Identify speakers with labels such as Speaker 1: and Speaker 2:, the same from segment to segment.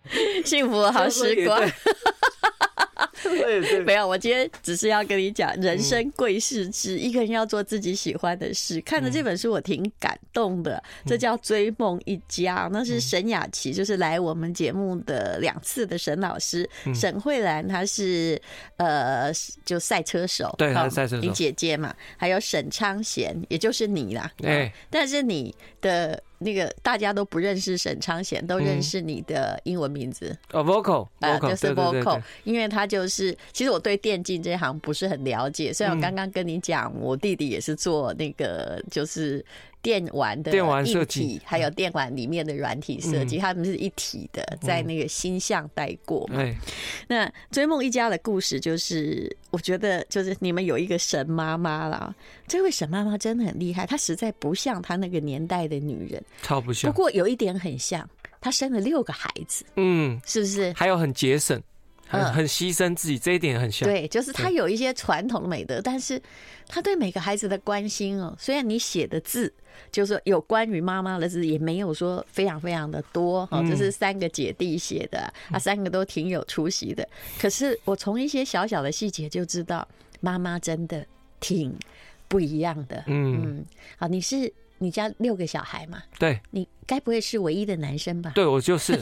Speaker 1: 幸福的好时 光。
Speaker 2: 对对
Speaker 1: 没有，我今天只是要跟你讲，人生贵是志，一个人要做自己喜欢的事。看了这本书，我挺感动的，
Speaker 2: 嗯
Speaker 1: 这叫《追梦一家》，那是沈雅琪，就是来我们节目的两次的沈老师，
Speaker 2: 嗯
Speaker 1: 沈慧兰，她是呃，就赛车手，
Speaker 2: 对她是
Speaker 1: 哦
Speaker 2: 赛车手
Speaker 1: 你姐姐嘛，还有沈昌贤，也就是你啦，
Speaker 2: 哎
Speaker 1: 但是你的。那个大家都不认识沈昌贤，都认
Speaker 2: 嗯
Speaker 1: 识你的英文名字。
Speaker 2: 哦，vocal
Speaker 1: 啊，就
Speaker 2: vocal，
Speaker 1: 是
Speaker 2: 对对对
Speaker 1: vocal，
Speaker 2: 对，
Speaker 1: 因为他就是，其实我对电竞这行不是很了解，虽然我
Speaker 2: 嗯
Speaker 1: 刚刚跟你讲，我弟弟也是做那个就是电玩的
Speaker 2: 电玩设
Speaker 1: 硬
Speaker 2: 计嗯
Speaker 1: 体还有电玩里面的软体设计，他们是一体的，在那个星象待过嘛。
Speaker 2: 哎，
Speaker 1: 那追梦一家的故事，就是我觉得就是你们有一个神妈妈啦，这位神妈妈真的很厉害，她实在不像她那个年代的女人，
Speaker 2: 超不
Speaker 1: 不
Speaker 2: 像，
Speaker 1: 过有一点很像，她生了六个孩子，
Speaker 2: 嗯，
Speaker 1: 是不是？
Speaker 2: 还有很节省，很
Speaker 1: 嗯
Speaker 2: 很牺牲自己，这一点很像，
Speaker 1: 对，就是他有一些传统美德，但是他对每个孩子的关心哦，虽然你写的字就是说有关于妈妈的字，也没有说非常非常的多哈、哦，
Speaker 2: 嗯
Speaker 1: 就是三个姐弟写的啊，三个都挺有出息的。可是我从一些小小的细节就知道，妈妈真的挺不一样的。
Speaker 2: 嗯，
Speaker 1: 嗯，好，你是你家六个小孩嘛？
Speaker 2: 对
Speaker 1: 你该不会是唯一的男生吧？
Speaker 2: 对，我就是，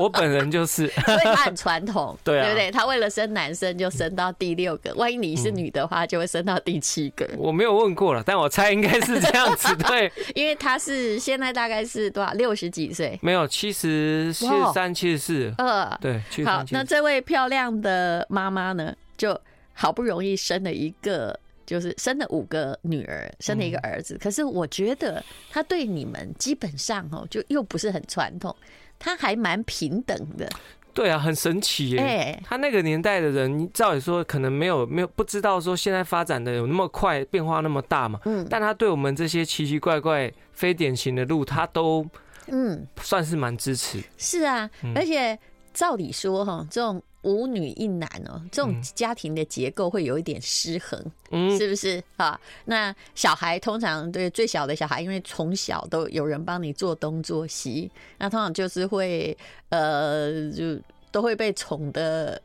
Speaker 2: 我本人就是，
Speaker 1: 所以他很传统，
Speaker 2: 对啊
Speaker 1: 不对？他为了生男生就生到第六个，万一你是女的话，就会生到第七个，
Speaker 2: 我没有问过了，但我猜应该是这样 子，对，
Speaker 1: 因为他是现在大概是多少六十几岁，
Speaker 2: 没有七十七十三七十四，
Speaker 1: 呃，
Speaker 2: 对，七十
Speaker 1: 好
Speaker 2: 三，七
Speaker 1: 那这位漂亮的妈妈呢，就好不容易生了一个。就是生了五个女儿，生了一个
Speaker 2: 嗯
Speaker 1: 儿子。可是我觉得他对你们基本上哦，就又不是很传统，他还蛮平等的。
Speaker 2: 对啊，很神奇耶。
Speaker 1: 哎、
Speaker 2: 他那个年代的人，照理说可能没有没有不知道说现在发展的有那么快，变化那么大嘛。
Speaker 1: 嗯
Speaker 2: 但他对我们这些奇奇怪怪、非典型的路，他都
Speaker 1: 嗯，
Speaker 2: 算是蛮支持。
Speaker 1: 是啊，
Speaker 2: 嗯
Speaker 1: 而且照理说哈，这种五女一男哦，这种家庭的结构会有一点失衡，
Speaker 2: 嗯，
Speaker 1: 是不是啊？那小孩通常对最小的小孩，因为从小都有人帮你做东做西，那通常就是会呃，就都会被宠的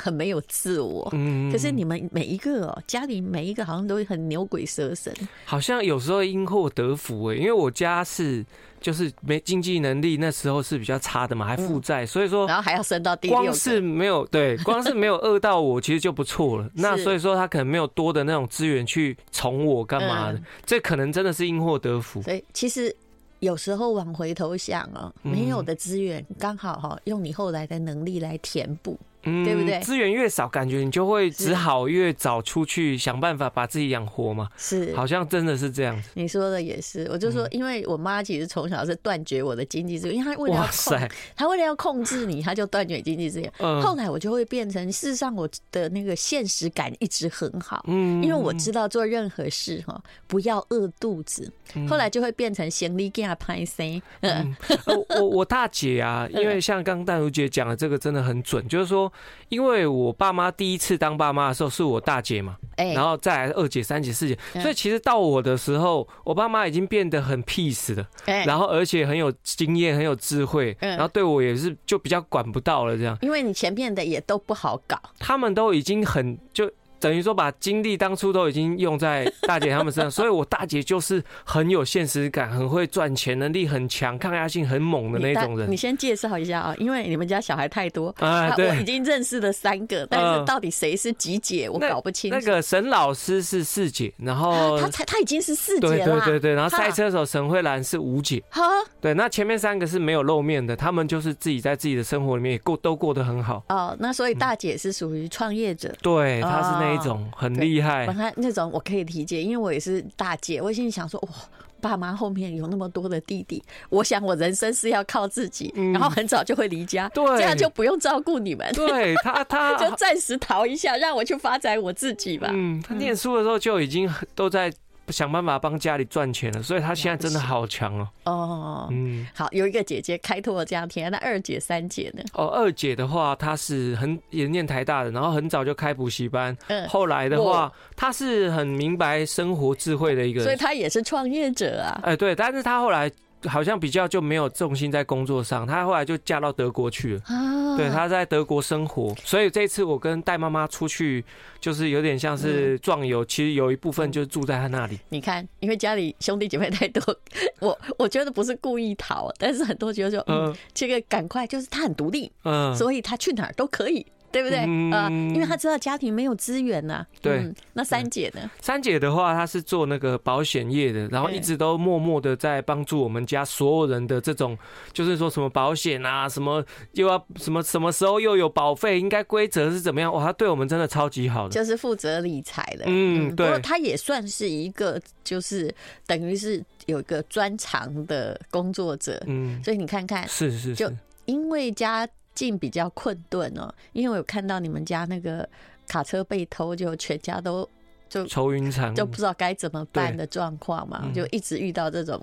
Speaker 1: 很没有自我。
Speaker 2: 嗯，
Speaker 1: 可是你们每一个哦，家里每一个好像都很牛鬼蛇神，
Speaker 2: 好像有时候因祸得福哎、因为我家是就是没经济能力，那时候是比较差的嘛，还负债，所以说
Speaker 1: 嗯然后还要升到第六
Speaker 2: 哦光
Speaker 1: 个，
Speaker 2: 是 没有对，光是没有饿到我，其实就不错了。那所以说他可能没有多的那种资源去宠我干嘛的，
Speaker 1: 嗯
Speaker 2: 这可能真的是因祸得福。
Speaker 1: 所以其实有时候往回头想哦，
Speaker 2: 嗯
Speaker 1: 没有的资源刚好哈、用你后来的能力来填补。
Speaker 2: 嗯
Speaker 1: 对不对
Speaker 2: 资源越少，感觉你就会
Speaker 1: 是
Speaker 2: 只好越早出去想办法把自己养活嘛，
Speaker 1: 是，
Speaker 2: 好嗯像真的是这样子。
Speaker 1: 你说的也是。我就说，因为我妈其实从小是断绝我的经济资源，因为她为了要
Speaker 2: 哇
Speaker 1: 控
Speaker 2: 塞，，
Speaker 1: 她为了要控制你，她就断绝经济资源。
Speaker 2: 嗯
Speaker 1: 后来我就会变成，事实上我的那个现实感一直很好。
Speaker 2: 嗯
Speaker 1: 因为我知道做任何事哈，不要饿肚子，
Speaker 2: 嗯
Speaker 1: 后来就会变成行李给他拍生，嗯，
Speaker 2: 呃我我大姐啊， 因为像刚刚淡如姐讲的这个真的很准，就是说，因为我爸妈第一次当爸妈的时候是我大姐嘛，
Speaker 1: 哎
Speaker 2: 然，后再来二姐、三姐、四姐，
Speaker 1: 嗯
Speaker 2: 所以其实到我的时候，我爸妈已经变得很 peace 了，
Speaker 1: 哎，
Speaker 2: 然后而且很有经验、很有智慧，
Speaker 1: 嗯
Speaker 2: 然后对我也是就比较管不到了这样。
Speaker 1: 因为你前面的也都不好搞，
Speaker 2: 他们都已经很就等于说把精力当初都已经用在大姐他们身上，所以我大姐就是很有现实感，很会赚钱，能力很强，抗压性很猛的
Speaker 1: 你
Speaker 2: 那
Speaker 1: 大
Speaker 2: 种人
Speaker 1: 你。先介绍一下啊、因为你们家小孩太多，
Speaker 2: 啊
Speaker 1: 啊，我已
Speaker 2: 对，
Speaker 1: 经认识了三个，但是
Speaker 2: 嗯
Speaker 1: 到底谁是几姐，我搞不清楚。
Speaker 2: 那个沈老师是四姐，然后
Speaker 1: 啊他才他已经是四
Speaker 2: 对
Speaker 1: 姐
Speaker 2: 对
Speaker 1: 啦，
Speaker 2: 对对，然后
Speaker 1: 哈
Speaker 2: 赛车手沈慧兰是五姐，
Speaker 1: 哈
Speaker 2: 对，那前面三个是没有露面的，他们就是自己在自己的生活里面也过都过得很好。
Speaker 1: 哦，那所以大姐是属于创业者。
Speaker 2: 对，她是那一种
Speaker 1: 哦
Speaker 2: 很厉害
Speaker 1: 本，来那种我可以理解，因为我也是大姐，我心里想说，哇，爸妈后面有那么多的弟弟，我想我人生是要靠自己，
Speaker 2: 嗯
Speaker 1: 然后很早就会离家，
Speaker 2: 对
Speaker 1: 这样就不用照顾你们，
Speaker 2: 对她她
Speaker 1: 就暂时逃一下，让我去发展我自己吧。
Speaker 2: 嗯，他念书的时候就已经很都在想办法帮家里赚钱了，所以他现在真的好强哦。
Speaker 1: 哦，
Speaker 2: 嗯，
Speaker 1: 好，有一个姐姐开拓了家庭，那二姐、三姐呢？
Speaker 2: 哦，二姐的话，她是很也念台大的，然后很早就开补习班。
Speaker 1: 嗯，
Speaker 2: 后来的话，她是很明白生活智慧的一个
Speaker 1: 所以
Speaker 2: 人。
Speaker 1: 她也是创业者啊。
Speaker 2: 哎，对，但是她后来好像比较就没有重心在工作上，她后来就嫁到德国去了。
Speaker 1: 啊，
Speaker 2: 对，她在德国生活，所以这一次我跟戴妈妈出去，就是有点像是
Speaker 1: 嗯
Speaker 2: 壮游，其实有一部分就住在她那里。
Speaker 1: 你看，因为家里兄弟姐妹太多， 我我觉得不是故意逃，但是很多觉得说，嗯，
Speaker 2: 嗯
Speaker 1: 这个赶快，就是他很独立，
Speaker 2: 嗯，
Speaker 1: 所以他去哪儿都可以，对不对？
Speaker 2: 嗯
Speaker 1: 啊，因为他知道家庭没有资源呐、
Speaker 2: 对
Speaker 1: 嗯那三姐呢？
Speaker 2: 三姐的话，她是做那个保险业的，然后一直都默默的在帮助我们家所有人的这种，就是说什么保险啊，什么又要什么什么时候又有保费，应该规则是怎么样？哇，她对我们真的超级好的。
Speaker 1: 就是负责理财的。
Speaker 2: 嗯
Speaker 1: 不过
Speaker 2: 对
Speaker 1: 他也算是一个，就是等于是有一个专长的工作者。
Speaker 2: 嗯，
Speaker 1: 所以你看看，
Speaker 2: 是是，
Speaker 1: 就是因为家境比较困顿哦，因为我有看到你们家那个卡车被偷，就全家都就
Speaker 2: 愁云惨
Speaker 1: 就
Speaker 2: 雾
Speaker 1: 不。知道该怎么办的状况嘛，
Speaker 2: 嗯
Speaker 1: 就一直遇到这种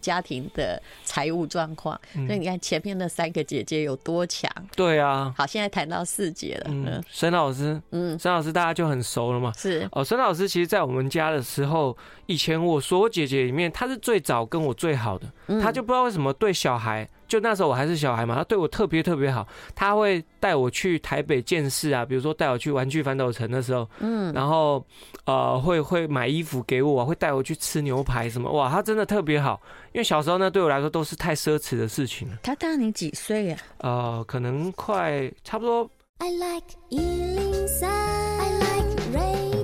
Speaker 1: 家庭的财务状况。
Speaker 2: 嗯
Speaker 1: 所以你看前面那三个姐姐有多强。
Speaker 2: 对啊，
Speaker 1: 好，现在谈到四姐了，
Speaker 2: 嗯
Speaker 1: 嗯，
Speaker 2: 沈老师，
Speaker 1: 嗯，
Speaker 2: 沈老师大家就很熟了嘛。
Speaker 1: 是
Speaker 2: 哦，沈老师其实，在我们家的时候，以前我所有姐姐里面，她是最早跟我最好的。
Speaker 1: 嗯
Speaker 2: 他就不知道为什么对小孩，就那时候我还是小孩嘛，他对我特别特别好，他会带我去台北见识啊，比如说带我去玩具反斗城的时候，
Speaker 1: 嗯
Speaker 2: 然后呃会会买衣服给我啊，会带我去吃牛排什么，哇，他真的特别好，因为小时候呢对我来说都是太奢侈的事情了，
Speaker 1: 他大你几岁啊呀、
Speaker 2: 呃，可能快差不多
Speaker 3: I like Ealing Sound. I like radio.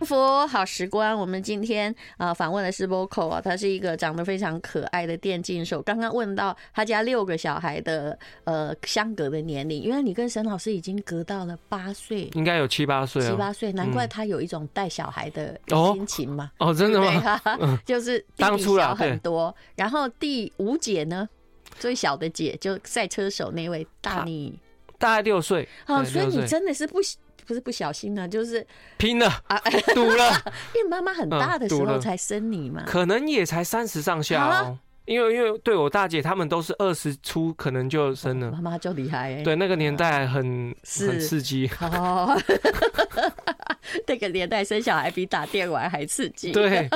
Speaker 1: 幸福好时光，我们今天啊访问的是 Vocal 啊，他是一个长得非常可爱的电竞手。刚刚问到他家六个小孩的呃相隔的年龄，原来你跟沈老师已经隔到了八岁、
Speaker 2: 应该有七八岁
Speaker 1: 七
Speaker 2: 哦，
Speaker 1: 八岁，难怪他有一种带小孩的
Speaker 2: 哦
Speaker 1: 心情嘛。
Speaker 2: 哦， 真的
Speaker 1: 对
Speaker 2: 吗？嗯
Speaker 1: 啊， 就是弟
Speaker 2: 当
Speaker 1: 弟
Speaker 2: 初
Speaker 1: 小
Speaker 2: 啦
Speaker 1: 很多，然后第五姐呢，最小的姐就赛车手那位大
Speaker 2: 她
Speaker 1: 你
Speaker 2: 大概六岁，
Speaker 1: 啊，
Speaker 2: 对
Speaker 1: 所以
Speaker 2: 六
Speaker 1: 你
Speaker 2: 岁
Speaker 1: 真的是不不是不小心呢、就是
Speaker 2: 拼了，
Speaker 1: 啊
Speaker 2: 赌了。
Speaker 1: 因为妈妈很大的时
Speaker 2: 嗯读
Speaker 1: 候
Speaker 2: 了
Speaker 1: 才生你嘛，
Speaker 2: 可能也才三十上下
Speaker 1: 啊
Speaker 2: 哦。因为因为对我大姐她们都是二十出，可能就生了
Speaker 1: 妈。妈就厉害哎、
Speaker 2: 嗯对，那个年代很
Speaker 1: 是
Speaker 2: 很 刺激。
Speaker 1: 哦，那个年代生小孩比打电玩还刺激。，
Speaker 2: 对，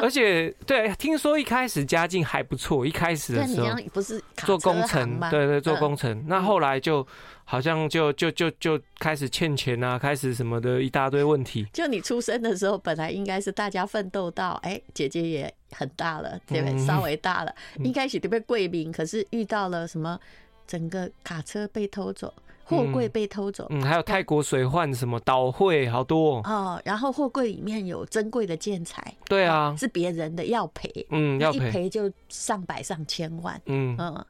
Speaker 2: 而且对，听说一开始家境还不错，一开始
Speaker 1: 那
Speaker 2: 的
Speaker 1: 你
Speaker 2: 时
Speaker 1: 这
Speaker 2: 候
Speaker 1: 样不是卡
Speaker 2: 做
Speaker 1: 车
Speaker 2: 工
Speaker 1: 行
Speaker 2: 程，
Speaker 1: 吗？
Speaker 2: 对对，做
Speaker 1: 嗯
Speaker 2: 工程。那后来就好像就就就就开始欠钱啊，开始什么的一大堆问题。
Speaker 1: 就你出生的时候，本来应该是大家奋斗到，哎、姐姐也很大了，对不对？
Speaker 2: 嗯
Speaker 1: 稍微大了，
Speaker 2: 嗯
Speaker 1: 一开始都被贵宾，可是遇到了什么，整个卡车被偷走，货柜被偷走，
Speaker 2: 嗯，还有泰国水患什么岛会好多哦。
Speaker 1: 哦，然后货柜里面有珍贵的建材，
Speaker 2: 对啊，
Speaker 1: 是别人的要赔，
Speaker 2: 嗯，要
Speaker 1: 一
Speaker 2: 赔。
Speaker 1: 赔就上百上千万，
Speaker 2: 嗯，
Speaker 1: 嗯，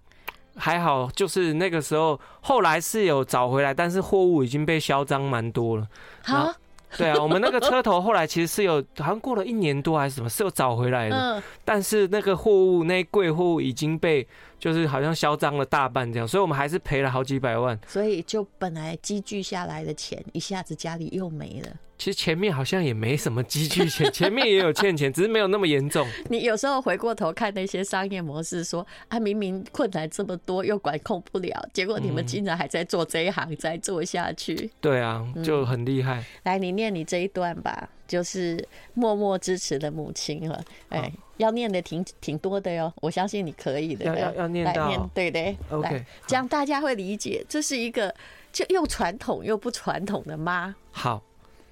Speaker 2: 还好，就是那个时候，后来是有找回来，但是货物已经被销赃蛮多了。然
Speaker 1: 好
Speaker 2: 后， 对啊，我们那个车头后来其实是有，好像过了一年多还是什么，是有找回来的。
Speaker 1: 嗯，
Speaker 2: 但是那个货物那一柜货物已经被就是好像销赃了大半这样，所以我们还是赔了好几百万。
Speaker 1: 所以就本来积聚下来的钱，一下子家里又没了。
Speaker 2: 其实前面好像也没什么积 聚钱，前面也有欠钱，只是没有那么严重。
Speaker 1: 你有时候回过头看那些商业模式说啊，明明困难这么多，又管控不了，结果你们
Speaker 2: 嗯
Speaker 1: 竟然还在做这一行，再做下去。
Speaker 2: 对啊，
Speaker 1: 嗯
Speaker 2: 就很厉害。
Speaker 1: 来，你念你这一段吧，就是默默支持的母亲了。哎
Speaker 2: 好，
Speaker 1: 要念的挺挺多的哟，我相信你可以的。哎
Speaker 2: 要要要念
Speaker 1: 来
Speaker 2: 到
Speaker 1: 对对。
Speaker 2: OK，
Speaker 1: 来这样大家会理解，这是一个就又传统又不传统的妈。
Speaker 2: 好，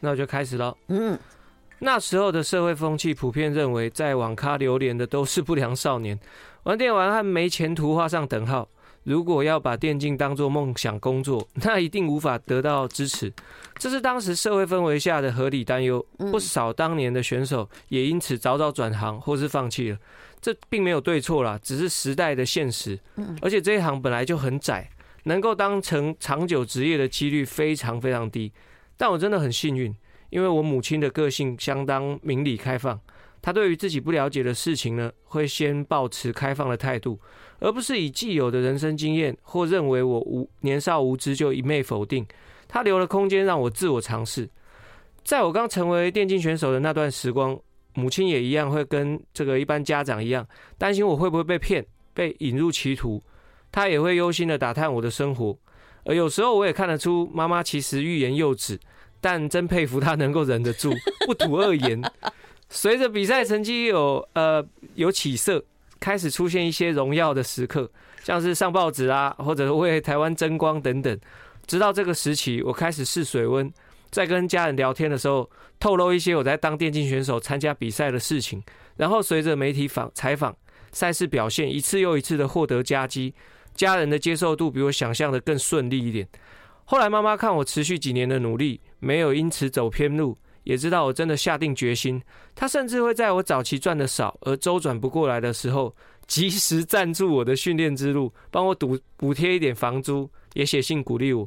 Speaker 2: 那我就开始喽。
Speaker 1: 嗯，
Speaker 2: 那时候的社会风气普遍认为，在网咖流连的都是不良少年，玩电玩和没前途画上等号。如果要把电竞当作梦想工作，那一定无法得到支持，这是当时社会氛围下的合理担忧。
Speaker 3: Mm. 嗯
Speaker 2: 不少当年的选手也因此早早转行或是放弃了，这并没有对错啦，只是时代的现实。而且这一行本来就很窄，能够当成长久职业的几率非常非常低。但我真的很幸运，因为我母亲的个性相当明理开放，她对于自己不了解的事情呢，会先保持开放的态度，而不是以既有的人生经验或认为我无年少无知就一昧否定。她留了空间让我自我尝试。在我刚成为电竞选手的那段时光，母亲也一样会跟这个一般家长一样，担心我会不会被骗、被引入歧途。她也会忧心的打探我的生活，而有时候我也看得出妈妈其实欲言又止，但真佩服她能够忍得住，不吐恶言。 随着比赛成绩有呃有起色，开始出现一些荣耀的时刻，像是上报纸啊，或者为台湾争光等等。直到这个时期，我开始试水温，在跟家人聊天的时候，透露一些我在当电竞选手参加比赛的事情。然后随着媒体访采访、赛事表现，一次又一次的获得佳绩，家人的接受度比我想象的更顺利一点。后来妈妈看我持续几年的努力，没有因此走偏路，也知道我真的下定决心，他甚至会在我早期赚的少而周转不过来的时候，及时赞助我的训练之路，帮我补补贴一点房租，也写信鼓励我。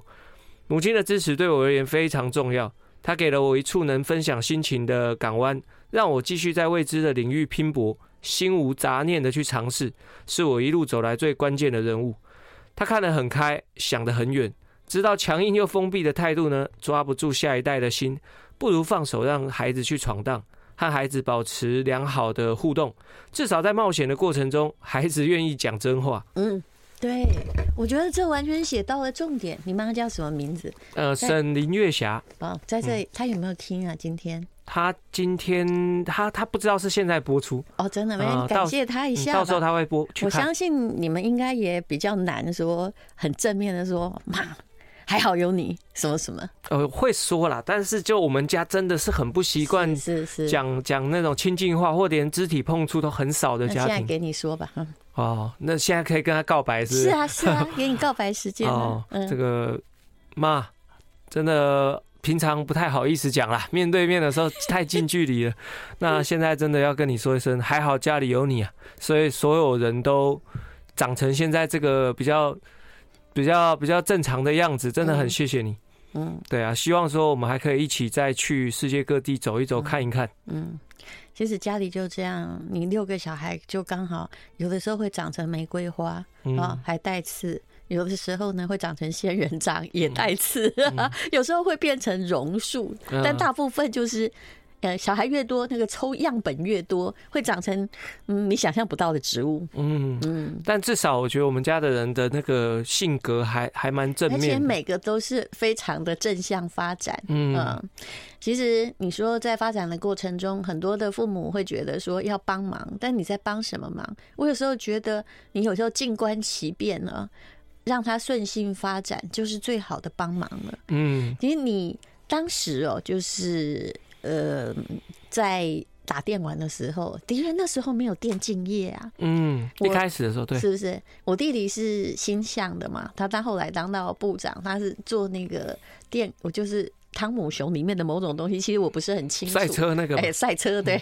Speaker 2: 母亲的支持对我而言非常重要，她给了我一处能分享心情的港湾，让我继续在未知的领域拼搏，心无杂念的去尝试，是我一路走来最关键的人物。她看得很开，想得很远，知道强硬又封闭的态度呢，抓不住下一代的心，不如放手让孩子去闯荡。和孩子保持良好的互动，至少在冒险的过程中，孩子愿意讲真话。
Speaker 1: 嗯，对，我觉得这完全写到了重点。你妈妈叫什么名字？
Speaker 2: 呃，
Speaker 1: 在
Speaker 2: 沈林月霞，
Speaker 1: 哦，在
Speaker 2: 嗯
Speaker 1: 这里，她有没有听啊？今天
Speaker 2: 她今天她她不知道是现在播出，
Speaker 1: 哦，真的没
Speaker 2: 啊
Speaker 1: 人感
Speaker 2: 到
Speaker 1: 谢她一
Speaker 2: 嗯
Speaker 1: 下吧。
Speaker 2: 到时候她会播去
Speaker 1: 我
Speaker 2: 看。
Speaker 1: 相信你们应该也比较难说很正面的说妈，还好有你什么什么，
Speaker 2: 呃，会说啦，但是就我们家真的是很不习惯
Speaker 1: 是是是。
Speaker 2: 讲讲那种亲近话，或连肢体碰触都很少的
Speaker 1: 那现
Speaker 2: 家
Speaker 1: 在
Speaker 2: 庭。
Speaker 1: 给你说吧， 嗯
Speaker 2: 哦，那现在可以跟他告白是不是？
Speaker 1: 是啊是啊，给你告白时间
Speaker 2: 哦
Speaker 1: 了，，嗯
Speaker 2: 这，个妈真的平常不太好意思讲啦， 面对面的时候太近距 离了。那现在真的要跟你说一声，还好家里有你啊，所以所有人都长成现在这个比较。比较比较正常的样子，真的很
Speaker 1: 嗯
Speaker 2: 谢谢你。
Speaker 1: 嗯
Speaker 2: 对啊，希望说我们还可以一起再去世界各地走一走、
Speaker 1: 嗯
Speaker 2: 看一看。
Speaker 1: 嗯，其实家里就这样，你六个小孩就刚好，有的时候会长成玫瑰花啊、
Speaker 2: 嗯，
Speaker 1: 还带刺。有的时候呢，会长成仙人掌，也带刺；
Speaker 2: 嗯
Speaker 1: 有时候会变成榕树，但
Speaker 2: 嗯
Speaker 1: 大部分就是，呃，小孩越多，那个抽样本越多，会长成嗯你想象不到的植物。
Speaker 2: 嗯，
Speaker 1: 嗯，
Speaker 2: 但至少我觉得我们家的人的那个性格还还蛮正
Speaker 1: 而且
Speaker 2: 面的。
Speaker 1: 每个都是非常的正向发展。
Speaker 2: 嗯
Speaker 1: 嗯，其实你说在发展的过程中，很多的父母会觉得说要帮忙，但你在帮什么忙？我有时候觉得，你有时候静观其变呢，让他顺性发展，就是最好的帮忙了。
Speaker 2: 嗯
Speaker 1: 其实你当时哦，就是呃，在打电玩的时候，的确那时候没有电竞业啊，
Speaker 2: 嗯，
Speaker 1: 我
Speaker 2: 一开始的时候对，
Speaker 1: 是不是？我弟弟是新向的嘛，他当后来当到部长，他是做那个电，我就是汤姆熊里面的某种东西，其实我不是很清楚。
Speaker 2: 赛车那个嘛
Speaker 1: 哎，赛车对，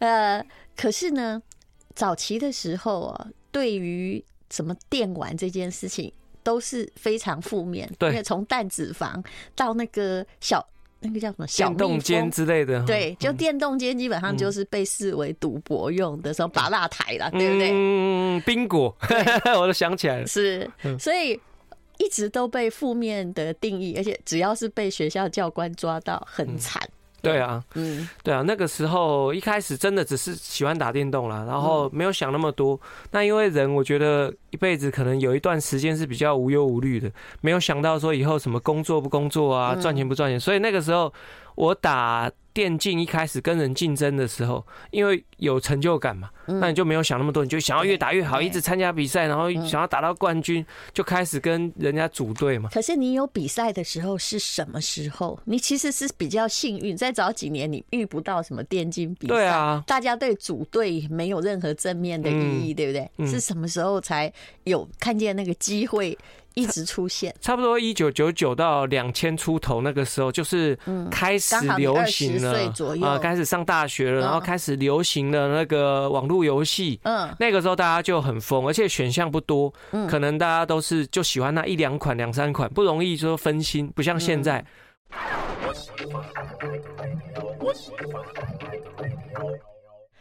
Speaker 2: 嗯
Speaker 1: 呃，可是呢，早期的时候啊，对于什么电玩这件事情都是非常负面，
Speaker 2: 对
Speaker 1: 因为从蛋脂肪到那个小那个叫什么小
Speaker 2: 电
Speaker 1: 蜜
Speaker 2: 动间
Speaker 1: 蜂
Speaker 2: 之类的，
Speaker 1: 对，就
Speaker 2: 嗯
Speaker 1: 电动间基本上就是被视为赌博用的，什么拔蜡台啦，对不对？
Speaker 2: 嗯，冰果， 我都想起来了，
Speaker 1: 是
Speaker 2: 嗯，
Speaker 1: 所以一直都被负面的定义，而且只要是被学校教官抓到，
Speaker 2: 嗯
Speaker 1: 很惨。
Speaker 2: 对啊，
Speaker 1: 嗯，
Speaker 2: 对啊，那个时候一开始真的只是喜欢打电动啦，然
Speaker 1: 嗯
Speaker 2: 后没有想那么多。那因为人，我觉得一辈子可能有一段时间是比较无忧无虑的，没有想到说以后什么工作不工作啊，
Speaker 1: 嗯
Speaker 2: 赚钱不赚钱。所以那个时候我打电竞一开始跟人竞争的时候，因为有成就感嘛，
Speaker 1: 嗯
Speaker 2: 那你就没有想那么多，你就想要越打越好，
Speaker 1: 对
Speaker 2: 一直参加比赛，然后
Speaker 1: 嗯
Speaker 2: 想要打到冠军，就开始跟人家组队嘛。
Speaker 1: 可是你有比赛的时候是什么时候？你其实是比较幸运，在早几年你遇不到什么电竞比赛，
Speaker 2: 对啊
Speaker 1: 大家对组队没有任何正面的意义，对不对？
Speaker 2: 嗯
Speaker 1: 是什么时候才有看见那个机会一直出现？
Speaker 2: 差不多一九九九到两千出头那个时候，就是开始流
Speaker 1: 嗯
Speaker 2: 行
Speaker 1: 刚好你
Speaker 2: 了
Speaker 1: 20岁左右
Speaker 2: 啊、开始上大学
Speaker 1: 嗯
Speaker 2: 了，然后开始流行了那个网络游戏。
Speaker 1: 嗯
Speaker 2: 那个时候大家就很疯，而且选项不多，
Speaker 1: 嗯
Speaker 2: 可能大家都是就喜欢那一两款、两三款，不容易说分心，不像现
Speaker 1: 嗯
Speaker 2: 在。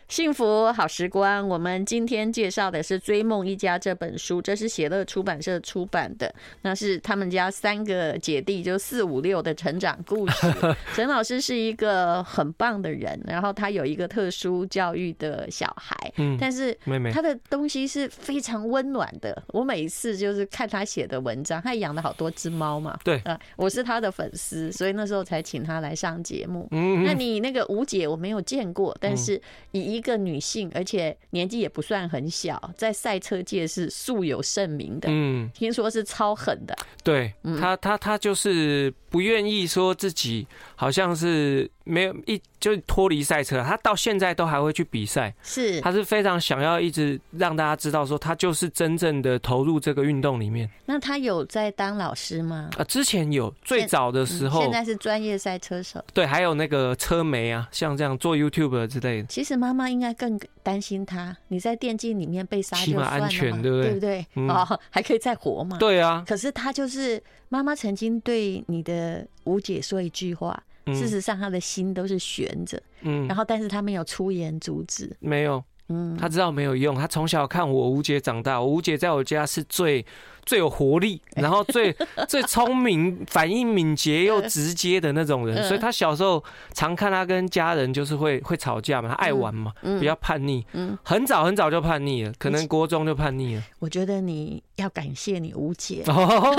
Speaker 1: 幸福好时光，我们今天介绍的是《追梦一家》这本书，这是写乐出版社出版的，那是他们家三个姐弟，就四五六的成长故事。沈老师是一个很棒的人，然后他有一个特殊教育的小孩，
Speaker 2: 嗯，
Speaker 1: 但是
Speaker 2: 妹妹
Speaker 1: 他的东西是非常温暖的。我每次就是看他写的文章，他养了好多只猫嘛。
Speaker 2: 对
Speaker 1: 啊、我是他的粉丝，所以那时候才请他来上节目。
Speaker 2: 嗯，
Speaker 1: 那
Speaker 2: 嗯
Speaker 1: 你那个吴姐我没有见过，但是以一个女性，而且年纪也不算很小，在赛车界是素有盛名的，
Speaker 2: 嗯，
Speaker 1: 听说是超狠的。
Speaker 2: 对
Speaker 1: 嗯
Speaker 2: 他，他他就是不愿意说自己好像是没有一就脱离赛车，他到现在都还会去比赛，
Speaker 1: 是
Speaker 2: 他是非常想要一直让大家知道说他就是真正的投入这个运动里面
Speaker 1: 那她有在当老师吗？嗯
Speaker 2: 啊。之前有最早的时候
Speaker 1: 现，在是专业赛车手。
Speaker 2: 对，还有那个车媒啊，像这样做 YouTube 之类的，
Speaker 1: 其实妈妈应该更担心他，你在电竞里面被杀就
Speaker 2: 起码
Speaker 1: 算了嘛，
Speaker 2: 安全
Speaker 1: 对
Speaker 2: 对不对
Speaker 1: 不对？
Speaker 2: 嗯
Speaker 1: 哦， 还可以再活嘛。。
Speaker 2: 对啊，
Speaker 1: 可是他就是妈妈曾经对你的吴姐说一句话，事
Speaker 2: 嗯
Speaker 1: 实上他的心都是悬着，然
Speaker 2: 嗯，
Speaker 1: 后但是他没有出言阻止。
Speaker 2: 没有，
Speaker 1: 嗯，
Speaker 2: 他知道没有用，他从小看我吴姐长大，我吴姐在我家是最最有活力，
Speaker 1: 哎
Speaker 2: 然后 最最聪明、反应敏捷又直接的那种人，
Speaker 1: 嗯
Speaker 2: 所以他小时候常看他跟家人就是会会吵架嘛，他爱玩嘛，
Speaker 1: 嗯
Speaker 2: 比较叛逆
Speaker 1: 嗯，
Speaker 2: 很早很早就叛逆了，可能国中就叛逆了。
Speaker 1: 我觉得你要感谢你吴姐，
Speaker 2: 哦，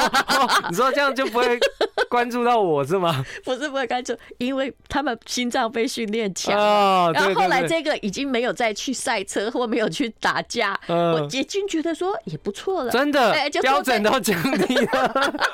Speaker 2: 你说这样就不会关注到我是吗？
Speaker 1: 不是不会干涉，因为他们心脏被训练强。
Speaker 2: 哦，
Speaker 1: 然
Speaker 2: 对
Speaker 1: 后后来
Speaker 2: 对对，
Speaker 1: 这个已经没有再去赛车或没有去打架，我
Speaker 2: 嗯，
Speaker 1: 已经觉得说也不错了，
Speaker 2: 真的
Speaker 1: 哎就坐
Speaker 2: 标准都降低了。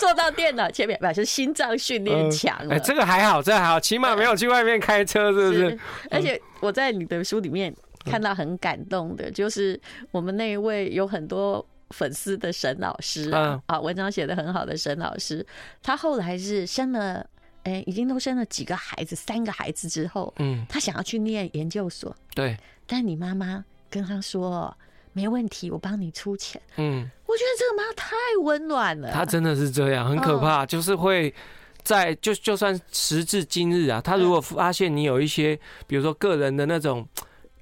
Speaker 1: 坐到电脑前面，表示心脏训练强啊了。
Speaker 2: 哎，这个还好，这个还好，起码没有去外面开车，是不嗯是？
Speaker 1: 是，而且我在你的书里面看到很感动的，就是我们那一位有很多粉丝的沈老师啊，
Speaker 2: 嗯
Speaker 1: 啊文章写的很好的沈老师，他后来是生了，哎、已经都生了几个孩子，三个孩子之后，
Speaker 2: 嗯，
Speaker 1: 他想要去念研究所，
Speaker 2: 对，
Speaker 1: 但你妈妈跟他说。没问题，我帮你出钱。
Speaker 2: 嗯，
Speaker 1: 我觉得这个妈太温暖了。
Speaker 2: 他真的是这样，很
Speaker 1: 嗯
Speaker 2: 可怕，就是会。在就就算时至今日啊，他如果发现你有一些，比如说个人的那种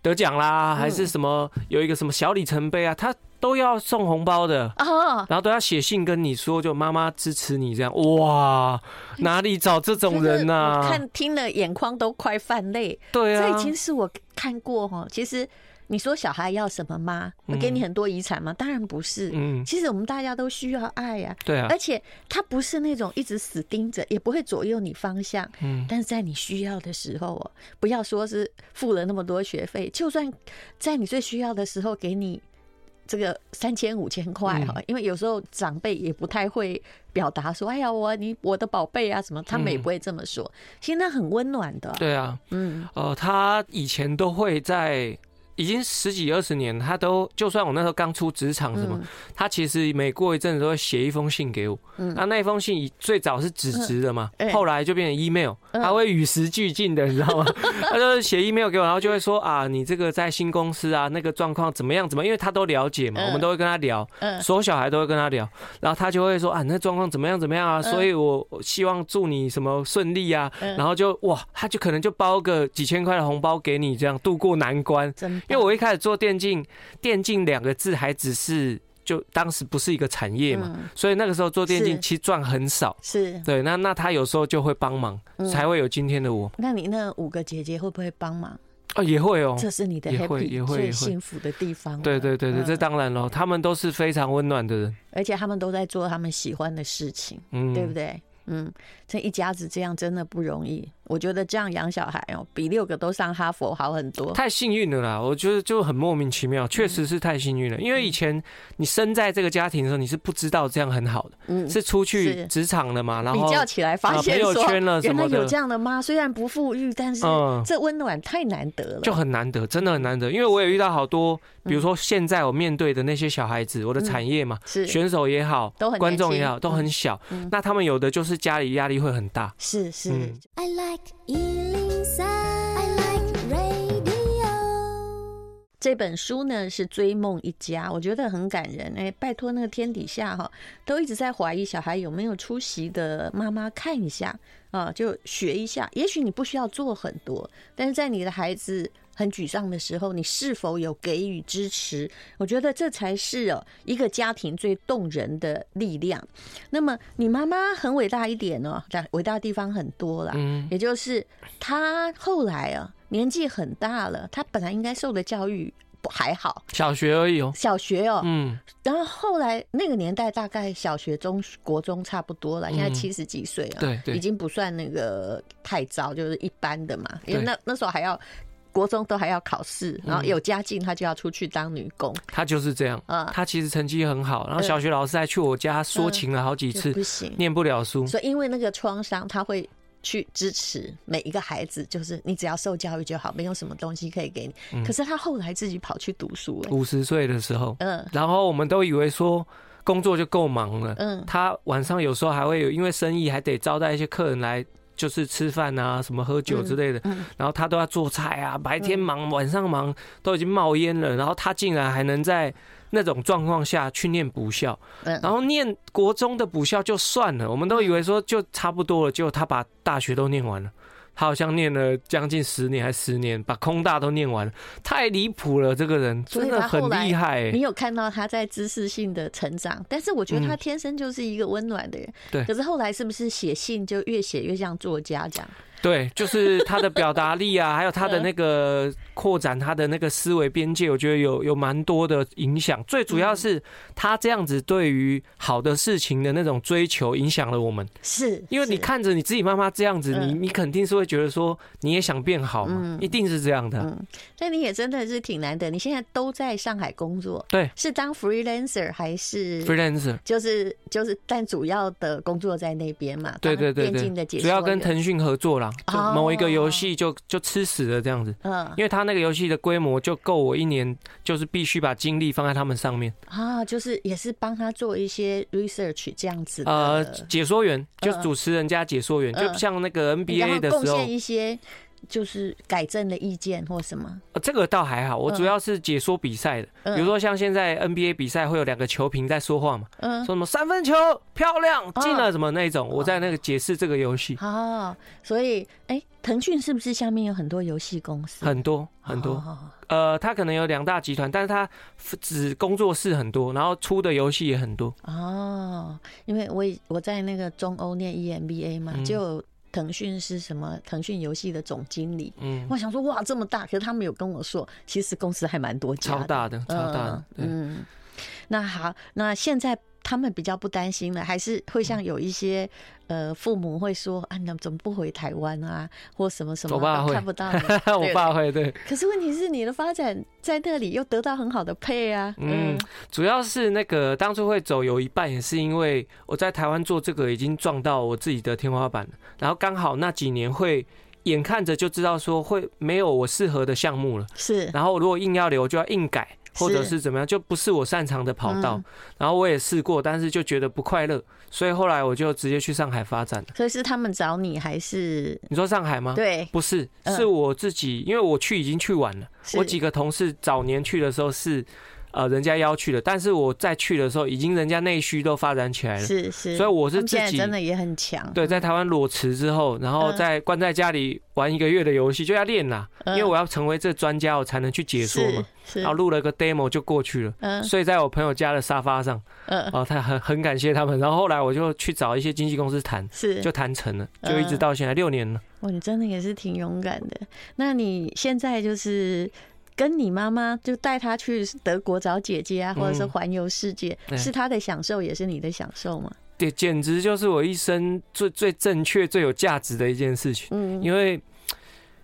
Speaker 2: 得奖啦，还
Speaker 1: 嗯
Speaker 2: 是什么有一个什么小里程碑啊，他都要送红包的，
Speaker 1: 哦，
Speaker 2: 然后都要写信跟你说，就妈妈支持你这样。哇，哪里找这种人呐、
Speaker 1: 我
Speaker 2: 啊？
Speaker 1: 看听了眼眶都快泛泪。
Speaker 2: 对啊
Speaker 1: 这已，经是我看过哈。其实你说小孩要什么吗？
Speaker 2: 嗯
Speaker 1: 会给你很多遗产吗？当然不是。
Speaker 2: 嗯，
Speaker 1: 其实我们大家都需要爱呀、
Speaker 2: 对啊
Speaker 1: 而，且他不是那种一直死盯着，也不会左右你方向。
Speaker 2: 嗯，
Speaker 1: 但是在你需要的时候哦，不要说是付了那么多学费，就算在你最需要的时候给你这个三千五千块
Speaker 2: 嗯
Speaker 1: 哈，因为有时候长辈也不太会表达说“哎呀，我你我的宝贝啊”什么，他们也
Speaker 2: 嗯
Speaker 1: 不会这么说。其实那很温暖的，
Speaker 2: 对啊，
Speaker 1: 嗯，
Speaker 2: 呃，他以前都会在。已经十几二十年，他都就算我那时候刚出职场什么，
Speaker 1: 嗯
Speaker 2: 他其实每过一阵子都会写一封信给我。
Speaker 1: 嗯
Speaker 2: 那那一封信以最早是纸质的嘛，
Speaker 1: 嗯哎
Speaker 2: 后来就变成 email，、
Speaker 1: 嗯
Speaker 2: 他会与时俱进的，你知道吗？ 他就是写 email 给我，然后就会说啊，你这个在新公司啊，那个状况怎么样怎么样，因为他都了解嘛，
Speaker 1: 嗯
Speaker 2: 我们都会跟他聊，
Speaker 1: 嗯
Speaker 2: 所有小孩都会跟他聊，然后他就会说啊，那状况怎么样怎么样啊，
Speaker 1: 嗯
Speaker 2: 所以我我希望祝你什么顺利啊，
Speaker 1: 嗯
Speaker 2: 然后就哇，他就可能就包个几千块的红包给你，这样度过难关。
Speaker 1: 真棒
Speaker 2: 因为我一开始做电竞，电竞两个字还只是就当时不是一个产业嘛，
Speaker 1: 嗯、
Speaker 2: 所以那个时候做电竞
Speaker 1: 是
Speaker 2: 其实赚很少。
Speaker 1: 是。
Speaker 2: 对，那那他有时候就会帮忙，
Speaker 1: 嗯
Speaker 2: 才会有今天的我
Speaker 1: 那你那五个姐姐会不会帮忙？
Speaker 2: 啊，也会哦。
Speaker 1: 这是你的
Speaker 2: 也会
Speaker 1: happy
Speaker 2: 也会
Speaker 1: 最
Speaker 2: 也会
Speaker 1: 幸福的地方了。
Speaker 2: 对对对对，
Speaker 1: 嗯
Speaker 2: 这当然咯，他们都是非常温暖的人，
Speaker 1: 而且他们都在做他们喜欢的事情，
Speaker 2: 嗯，
Speaker 1: 对不？对？嗯，这一家子这样真的不容易。我觉得这样养小孩哦，比六个都上哈佛好很多。
Speaker 2: 太幸运了啦！我觉得就很莫名其
Speaker 1: 嗯
Speaker 2: 妙，确实是太幸运了。因为以前你生在这个家庭的时候，你是不知道这样很好的，
Speaker 1: 嗯，
Speaker 2: 是出去
Speaker 1: 是
Speaker 2: 职场了嘛，然
Speaker 1: 比
Speaker 2: 后
Speaker 1: 较起来发
Speaker 2: 啊
Speaker 1: 现
Speaker 2: 朋友
Speaker 1: 说，
Speaker 2: 圈了什
Speaker 1: 原来
Speaker 2: 么的
Speaker 1: 有这样的妈，虽然不富裕，但是
Speaker 2: 嗯
Speaker 1: 这温暖太难得了。
Speaker 2: 就很难得，真的很难得。因为我也遇到好多，比
Speaker 1: 嗯
Speaker 2: 如说现在我面对的那些小孩子，我的产业嘛，
Speaker 1: 是
Speaker 2: 选手也好
Speaker 1: 都很年，轻
Speaker 2: 观众也好，都很小
Speaker 1: 嗯。
Speaker 2: 那他们有的就是家里压力会很大，
Speaker 1: 是是，
Speaker 2: 嗯
Speaker 3: I like Ealing Sound. I like radio.
Speaker 1: 这本书呢是《追梦一家》，我觉得很感人。哎，拜托那个天底下哈，都一直在怀疑小孩有没有出席的妈妈看一下啊，就学一下。也许你不需要做很多，但是在你的孩子很沮丧的时候，你是否有给予支持？我觉得这才是哦一个家庭最动人的力量。那么你妈妈很伟大一点哦，但伟大的地方很多啦，
Speaker 2: 嗯
Speaker 1: 也就是她后来啊年纪很大了，她本来应该受的教育不还好，
Speaker 2: 小学而已哦。
Speaker 1: 小学哦，
Speaker 2: 嗯，
Speaker 1: 然后后来那个年代大概小学、中、国中差不多了，现在
Speaker 2: 嗯
Speaker 1: 七十几岁啊，
Speaker 2: 对
Speaker 1: 已
Speaker 2: 对，
Speaker 1: 经不算那个太早，就是一般的嘛。因为
Speaker 2: 对
Speaker 1: 那那时候还要国中都还要考试，然后
Speaker 2: 嗯
Speaker 1: 有家境他就要出去当女工
Speaker 2: 他就是这样。
Speaker 1: 啊，
Speaker 2: 他其实成绩很好，然后
Speaker 1: 嗯
Speaker 2: 小学老师还去我家说情了好几
Speaker 1: 就
Speaker 2: 次，嗯
Speaker 1: 不行。
Speaker 2: 念不了书。
Speaker 1: 所以因为那个创伤，他会去支持每一个孩子，就是你只要受教育就好，没有什么东西可以给
Speaker 2: 嗯
Speaker 1: 你。可是他后来自己跑去读书、欸，
Speaker 2: 五十岁的时候，
Speaker 1: 嗯
Speaker 2: 然后我们都以为说工作就够忙了，
Speaker 1: 嗯
Speaker 2: 他晚上有时候还会有，因为生意还得招待一些客人来，就是吃饭啊、什么喝酒之类的，
Speaker 1: 嗯嗯
Speaker 2: 然后他都要做菜啊，白天忙，晚上忙，都已经冒烟了，然后他竟然还能在那种状况下去念补校，
Speaker 1: 嗯，
Speaker 2: 然后念国中的补校就算了，我们都以为说就差不多了，结果他把大学都念完了。他好像念了将近十年还十年，把空大都念完了，太离谱了！这个人
Speaker 1: 所
Speaker 2: 真
Speaker 1: 以
Speaker 2: 的
Speaker 1: 他
Speaker 2: 很
Speaker 1: 后来
Speaker 2: 厉害、欸
Speaker 1: 你。有看到他在知识性的成长，但是我觉得他
Speaker 2: 嗯
Speaker 1: 天生就是一个温暖的人。
Speaker 2: 对
Speaker 1: 可是后来是不是写信就越写越像作家这样？
Speaker 2: 对，就是他的表达力啊，还 有他的那个扩展他的那个思维边界，我觉得有有蛮多的影响。最主
Speaker 1: 嗯
Speaker 2: 要是他这样子对于好的事情的那种追求，影响了我们。
Speaker 1: 是，
Speaker 2: 因为你
Speaker 1: 是，
Speaker 2: 看着你自己妈妈这样子，
Speaker 1: 嗯
Speaker 2: 你你肯定是会觉得说你也想变好嘛
Speaker 1: 嗯，
Speaker 2: 一定是这样的。
Speaker 1: 嗯，但你也真的是挺难得。你现在都在上海工作，
Speaker 2: 对
Speaker 1: 是当 freelancer 还是？
Speaker 2: freelancer，
Speaker 1: 就是就是，但主要的工作在那边嘛。
Speaker 2: 对
Speaker 1: 当
Speaker 2: 对对
Speaker 1: 电竞的解
Speaker 2: 对，
Speaker 1: 说
Speaker 2: 主要跟
Speaker 1: 员
Speaker 2: 腾讯合作啦，就
Speaker 1: 哦
Speaker 2: 某一个游戏就就吃死了这样子。
Speaker 1: 嗯
Speaker 2: 因为他那个游戏的规模就够我一年，就是必须把精力放在他们上面。
Speaker 1: 啊，就是也是帮他做一些 research 这样子的，
Speaker 2: 呃，解说员就是
Speaker 1: 嗯
Speaker 2: 主持人加解说员，
Speaker 1: 嗯
Speaker 2: 就像那个
Speaker 1: 然
Speaker 2: NBA
Speaker 1: 后
Speaker 2: 的
Speaker 1: 贡
Speaker 2: 时候
Speaker 1: 献，一些就是改正的意见或什么。
Speaker 2: 呃这个倒还好。我主要是解说比赛的，
Speaker 1: 嗯
Speaker 2: 比如说像现在 NBA 比赛会有两个球评在说话嘛，
Speaker 1: 嗯
Speaker 2: 说，什么三分球漂亮进了什么那一种，我在那个解释这个游戏
Speaker 1: 哦，所以哎，腾讯是不是下面有很多游戏公司？
Speaker 2: 很多很多。
Speaker 1: 哦
Speaker 2: 呃，他可能有两大集团，但是他子工作室很多，然后出的游戏也很多。
Speaker 1: 哦，因为我以我在那个中欧念 E EMBA 嘛，
Speaker 2: 嗯
Speaker 1: 就有腾讯是什么腾讯游戏的总经理。
Speaker 2: 嗯，
Speaker 1: 我想说哇，这么大，可是他们有跟我说，其实公司还蛮多家的，
Speaker 2: 超大的，超大的。对
Speaker 1: 嗯，嗯那好，那现在他们比较不担心了，还是会像有一些呃父母会说啊，你怎么不回台湾啊，或什么什么
Speaker 2: 我爸
Speaker 1: 都
Speaker 2: 会
Speaker 1: 看不到 你
Speaker 2: 嗯我爸会对，
Speaker 1: 可是问题是，你的发展在那里又得到很好的配啊，嗯
Speaker 2: 嗯，主要是那个当初会走有一半也是因为我在台湾做这个已经撞到我自己的天花板了，然后刚好那几年会眼看着就知道说会没有我适合的项目了，
Speaker 1: 是，
Speaker 2: 然后如果硬要留就要硬改。或者是怎么样，就不是我擅长的跑道
Speaker 1: 嗯。
Speaker 2: 然后我也试过，但是就觉得不快乐，所以后来我就直接去上海发展了。
Speaker 1: 所以是他们找你还是
Speaker 2: 你说上海吗？
Speaker 1: 对？
Speaker 2: 不是，
Speaker 1: 嗯
Speaker 2: 是我自己，因为我去已经去晚了。
Speaker 1: 是
Speaker 2: 我几个同事早年去的时候是，呃，人家邀去的，但是我再去的时候，已经人家内需都发展起来了。
Speaker 1: 是是，
Speaker 2: 所以我
Speaker 1: 我
Speaker 2: 是自己
Speaker 1: 真的也很强，
Speaker 2: 对，在台湾裸辞之后，然后
Speaker 1: 嗯
Speaker 2: 再关在家里玩一个月的游戏，就要练啦，因
Speaker 1: 嗯
Speaker 2: 为我要成为这专家，我才能去解说嘛。
Speaker 1: 是，嗯
Speaker 2: 然后
Speaker 1: 是
Speaker 2: 录了个 demo 就过去了。
Speaker 1: 嗯
Speaker 2: 睡在我朋友家的沙发上，
Speaker 1: 嗯
Speaker 2: 哦，他很很感谢他们。然后后来我就去找一些经纪公司谈，
Speaker 1: 是
Speaker 2: 就，谈成了，
Speaker 1: 嗯
Speaker 2: 就一直到现在六年了。
Speaker 1: 哇，你真的也是挺勇敢的。那你现在就是。跟你妈妈就带她去德国找姐姐啊，或者是
Speaker 2: 嗯
Speaker 1: 环游世界，
Speaker 2: 对
Speaker 1: 是她的享受，也是你的享受嘛。
Speaker 2: 对，简直就是我一生最最正确、最有价值的一件事情。
Speaker 1: 嗯，
Speaker 2: 因为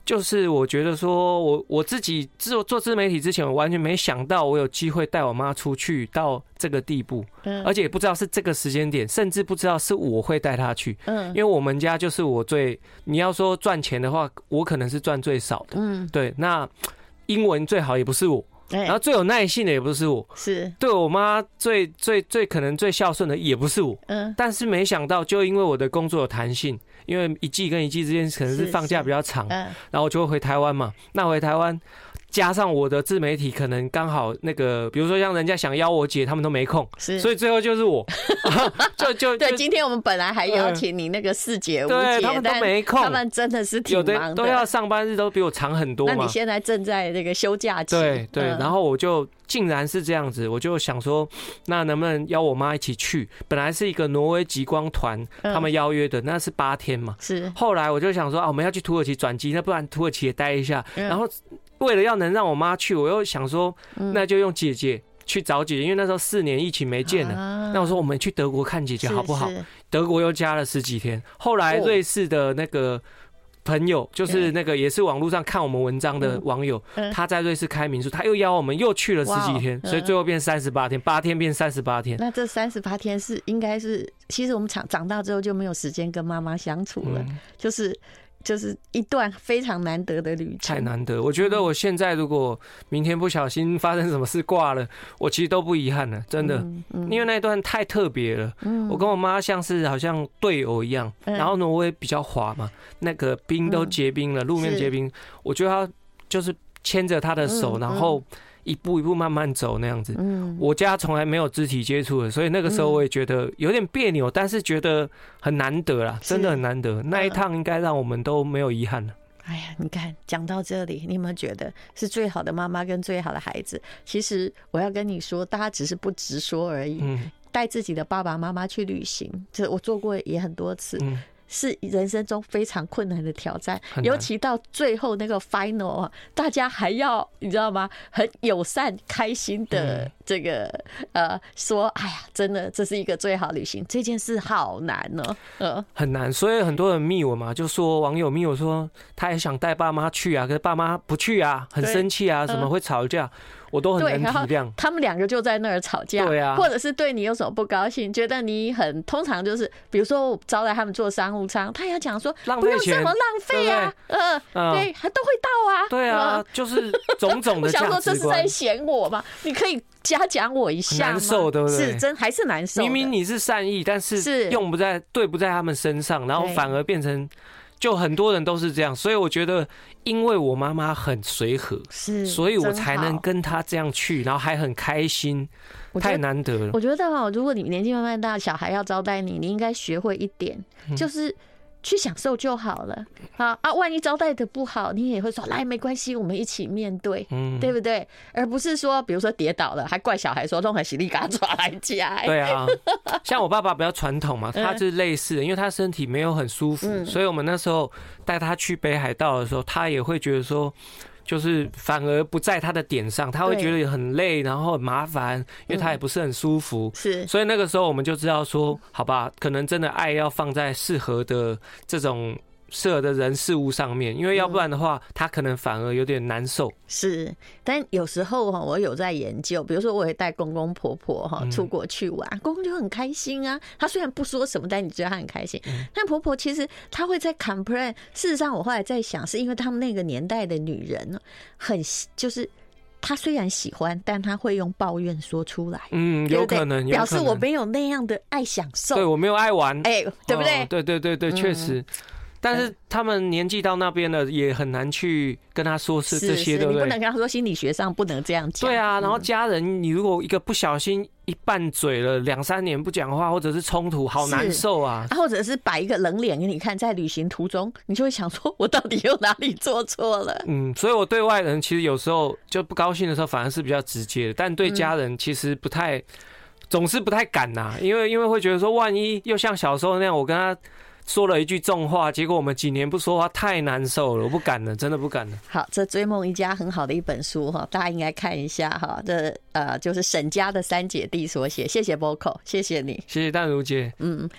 Speaker 2: 就是我觉得说我我自己做做自媒体之前，我完全没想到我有机会带我妈出去到这个地步，
Speaker 1: 嗯
Speaker 2: 而且也不知道是这个时间点，甚至不知道是我会带她去。因
Speaker 1: 嗯
Speaker 2: 为我们家就是我最，你要说赚钱的话，我可能是赚最少的。
Speaker 1: 嗯，
Speaker 2: 对，那英文最好也不是我，
Speaker 1: 哎、
Speaker 2: 然后最有耐性的也不是我，
Speaker 1: 是
Speaker 2: 对我妈最最最可能最孝顺的也不是我。
Speaker 1: 嗯
Speaker 2: 但是没想到，就因为我的工作有弹性，因为一季跟一季之间可能
Speaker 1: 是
Speaker 2: 是放假
Speaker 1: 是
Speaker 2: 比较长，
Speaker 1: 嗯
Speaker 2: 然后我就会回台湾嘛。那回台湾，加上我的自媒体可能刚好那个，比如说像人家想邀我姐，他们都没空，
Speaker 1: 是，
Speaker 2: 所以最后就是我， 就就
Speaker 1: 对，
Speaker 2: 就嗯
Speaker 1: 今天我们本来还邀请你那个四姐、五
Speaker 2: 对
Speaker 1: 姐，
Speaker 2: 他们都
Speaker 1: 但
Speaker 2: 没空
Speaker 1: 他们真的是挺
Speaker 2: 有
Speaker 1: 忙
Speaker 2: 的都要上班日都比我长很多
Speaker 1: 那你
Speaker 2: 嘛。
Speaker 1: 现在正在那个休假期，
Speaker 2: 对对，
Speaker 1: 嗯
Speaker 2: 然后我就竟然是这样子，我就想说，那能不能邀我妈一起去？本来是一个挪威极光团
Speaker 1: 嗯
Speaker 2: 他们邀约的，那是八天嘛。
Speaker 1: 是
Speaker 2: 后来我就想说啊，我们要去土耳其转机，那不然土耳其也待一下。
Speaker 1: 嗯
Speaker 2: 然后为了要能让我妈去，我又想说，
Speaker 1: 嗯
Speaker 2: 那就用姐姐去找姐姐，因为那时候四年疫情没见了。
Speaker 1: 啊
Speaker 2: 那我说我们去德国看姐姐好不好？
Speaker 1: 是是
Speaker 2: 德国又加了十几天。后来
Speaker 1: 哦
Speaker 2: 瑞士的那个朋友，就是
Speaker 1: 嗯
Speaker 2: 那个也是网络上看我们文章的
Speaker 1: 嗯
Speaker 2: 网友
Speaker 1: 嗯，
Speaker 2: 他在瑞士开民宿，他又邀我们又去了十
Speaker 1: 哇
Speaker 2: 几
Speaker 1: 哦
Speaker 2: 天，
Speaker 1: 嗯
Speaker 2: 所以最后变三十八天，八天变三十八天。
Speaker 1: 那这三十八天是应该是，其实我们长长大之后就没有时间跟妈妈相处了，
Speaker 2: 嗯，
Speaker 1: 就是就是一段非常难得的旅程。
Speaker 2: 太难得。我觉
Speaker 1: 嗯
Speaker 2: 得我现在如果明天不小心发生什么事挂了，我其实都不遗憾了，真的。
Speaker 1: 嗯，嗯
Speaker 2: 因为那一段太特别了，
Speaker 1: 嗯
Speaker 2: 我跟我妈像是好像队友一样。
Speaker 1: 嗯
Speaker 2: 然后挪威比较滑嘛，那个冰都结冰了，路面
Speaker 1: 是
Speaker 2: 结冰，我就要就是牵着她的手，
Speaker 1: 嗯
Speaker 2: 然后一步一步慢慢走那样子。
Speaker 1: 嗯
Speaker 2: 我家从来没有肢体接触的，所以那个时候
Speaker 1: 嗯
Speaker 2: 我也觉得有点别扭，但是觉得很难得啦，
Speaker 1: 是嗯
Speaker 2: 真的很难得。那一趟应该让我们都没有遗憾了。
Speaker 1: 哎呀，你看讲到这里，你有没有觉得是最好的妈妈跟最好的孩子？其实我要跟你说，大家只是不直说而已。
Speaker 2: 嗯
Speaker 1: 带自己的爸爸妈妈去旅行，这我做过也很多次，
Speaker 2: 嗯，
Speaker 1: 是人生中非常困难的挑战。
Speaker 2: 很难
Speaker 1: 尤其到最后那个 final 啊，大家还要你知道吗？很友善、开心的
Speaker 2: 嗯
Speaker 1: 这个、呃，说哎呀，真的这是一个最好旅行，这件事好难哦。呃，
Speaker 2: 很难，所以很多人密我嘛，就说网友密我说他也想带爸妈去啊，可是爸妈不去啊，很
Speaker 1: 对
Speaker 2: 生气啊，什么
Speaker 1: 嗯
Speaker 2: 会吵架，我都很
Speaker 1: 对，然后
Speaker 2: 能体谅。
Speaker 1: 他们两个就在那儿吵架，
Speaker 2: 对啊
Speaker 1: 或者是对你有什么不高兴，觉得你很通常就是，比如说我招待他们坐商务舱，他也要讲说
Speaker 2: 浪
Speaker 1: 不
Speaker 2: 费
Speaker 1: 用这
Speaker 2: 钱
Speaker 1: 么浪费啊，呃，
Speaker 2: 嗯
Speaker 1: 对，还都会到啊，
Speaker 2: 对啊
Speaker 1: 呃，，
Speaker 2: 就是种种
Speaker 1: 我
Speaker 2: 的
Speaker 1: 想
Speaker 2: 价
Speaker 1: 说这
Speaker 2: 值
Speaker 1: 是
Speaker 2: 观
Speaker 1: 在。嫌我嘛，你可以嘉奖我一下吗
Speaker 2: 很难受对不对
Speaker 1: 是真还是难受的，
Speaker 2: 明明你是善意，但
Speaker 1: 是
Speaker 2: 是用不在对不在他们身上，然后
Speaker 1: 对
Speaker 2: 反而变成就很多人都是这样，所以我觉得，因为我妈妈很随和，
Speaker 1: 是，
Speaker 2: 所以我
Speaker 1: 真
Speaker 2: 才能
Speaker 1: 好
Speaker 2: 跟她这样去，然后还很开心，
Speaker 1: 我觉
Speaker 2: 太
Speaker 1: 得
Speaker 2: 难得了。
Speaker 1: 我觉得哦，如果你年纪慢慢大，小孩要招待你，你应该学会一点，
Speaker 2: 嗯
Speaker 1: 就是去享受就好了。啊啊，万一招待的不好，你也会说来没关系，我们一起面对，
Speaker 2: 嗯，
Speaker 1: 对不对？而不是说，比如说跌倒了，还怪小孩说弄很犀利，给他抓来家。
Speaker 2: 对啊，像我爸爸比较传统嘛，他是类似的，因为他身体没有很舒服，
Speaker 1: 嗯
Speaker 2: 所以我们那时候带他去北海道的时候，他也会觉得说。就是反而不在他的点上，他会
Speaker 1: 对
Speaker 2: 觉得很累，然后很麻烦，因为
Speaker 1: 嗯
Speaker 2: 他也不是很舒服，
Speaker 1: 是
Speaker 2: 所以那个时候我们就知道说，好吧，可能真的爱要放在适合的这种适合的人事物上面，因为要不然的话，他可能反而有点难受。
Speaker 1: 是，但有时候哈，我有在研究，比如说我也带公公婆婆哈
Speaker 2: 嗯
Speaker 1: 出国去玩，公公就很开心啊。他虽然不说什么，但你觉得他很开心。
Speaker 2: 嗯
Speaker 1: 但婆婆其实她会在 complain。事实上，我后来在想，是因为他们那个年代的女人呢，很喜就是她虽然喜欢，但她会用抱怨说出来，
Speaker 2: 嗯，
Speaker 1: 对
Speaker 2: 有
Speaker 1: 不对
Speaker 2: 可能，有
Speaker 1: 表
Speaker 2: 可
Speaker 1: 示
Speaker 2: 能
Speaker 1: 我没有那样的爱享
Speaker 2: 对
Speaker 1: 受，
Speaker 2: 我没有爱玩，
Speaker 1: 哎、对不对？嗯呃
Speaker 2: 哦对对对对，确实。但是他们年纪到那边了，也很难去跟他说是这
Speaker 1: 是
Speaker 2: 些，对
Speaker 1: 你不
Speaker 2: 对
Speaker 1: 能？跟嗯她说心理学上不能这样讲。
Speaker 2: 对啊，然后家人，你如果一个不小心一拌嘴了，两三年不讲话，或者是冲突，好难
Speaker 1: 是
Speaker 2: 受啊。
Speaker 1: 啊或者是摆一个冷脸给你看，在旅行途中，你就会想说，我到底有哪里做错 了？
Speaker 2: 嗯，所以我对外人其实有时候就不高兴的时候，反而是比较直接的，但对
Speaker 1: 嗯
Speaker 2: 家人其实不太，总是不太敢呐、因为因为会觉得说，万一又像小时候那样，我跟他说了一句重话，结果我们几年不说话，太难受了，我不敢了，真的不敢了。
Speaker 1: 好，这《追梦一家》很好的一本书哈，大家应该看一下哈。这呃，就是沈家的三姐弟所写，谢谢 Boco，谢谢你。
Speaker 2: 谢谢淡如姐。
Speaker 1: 嗯，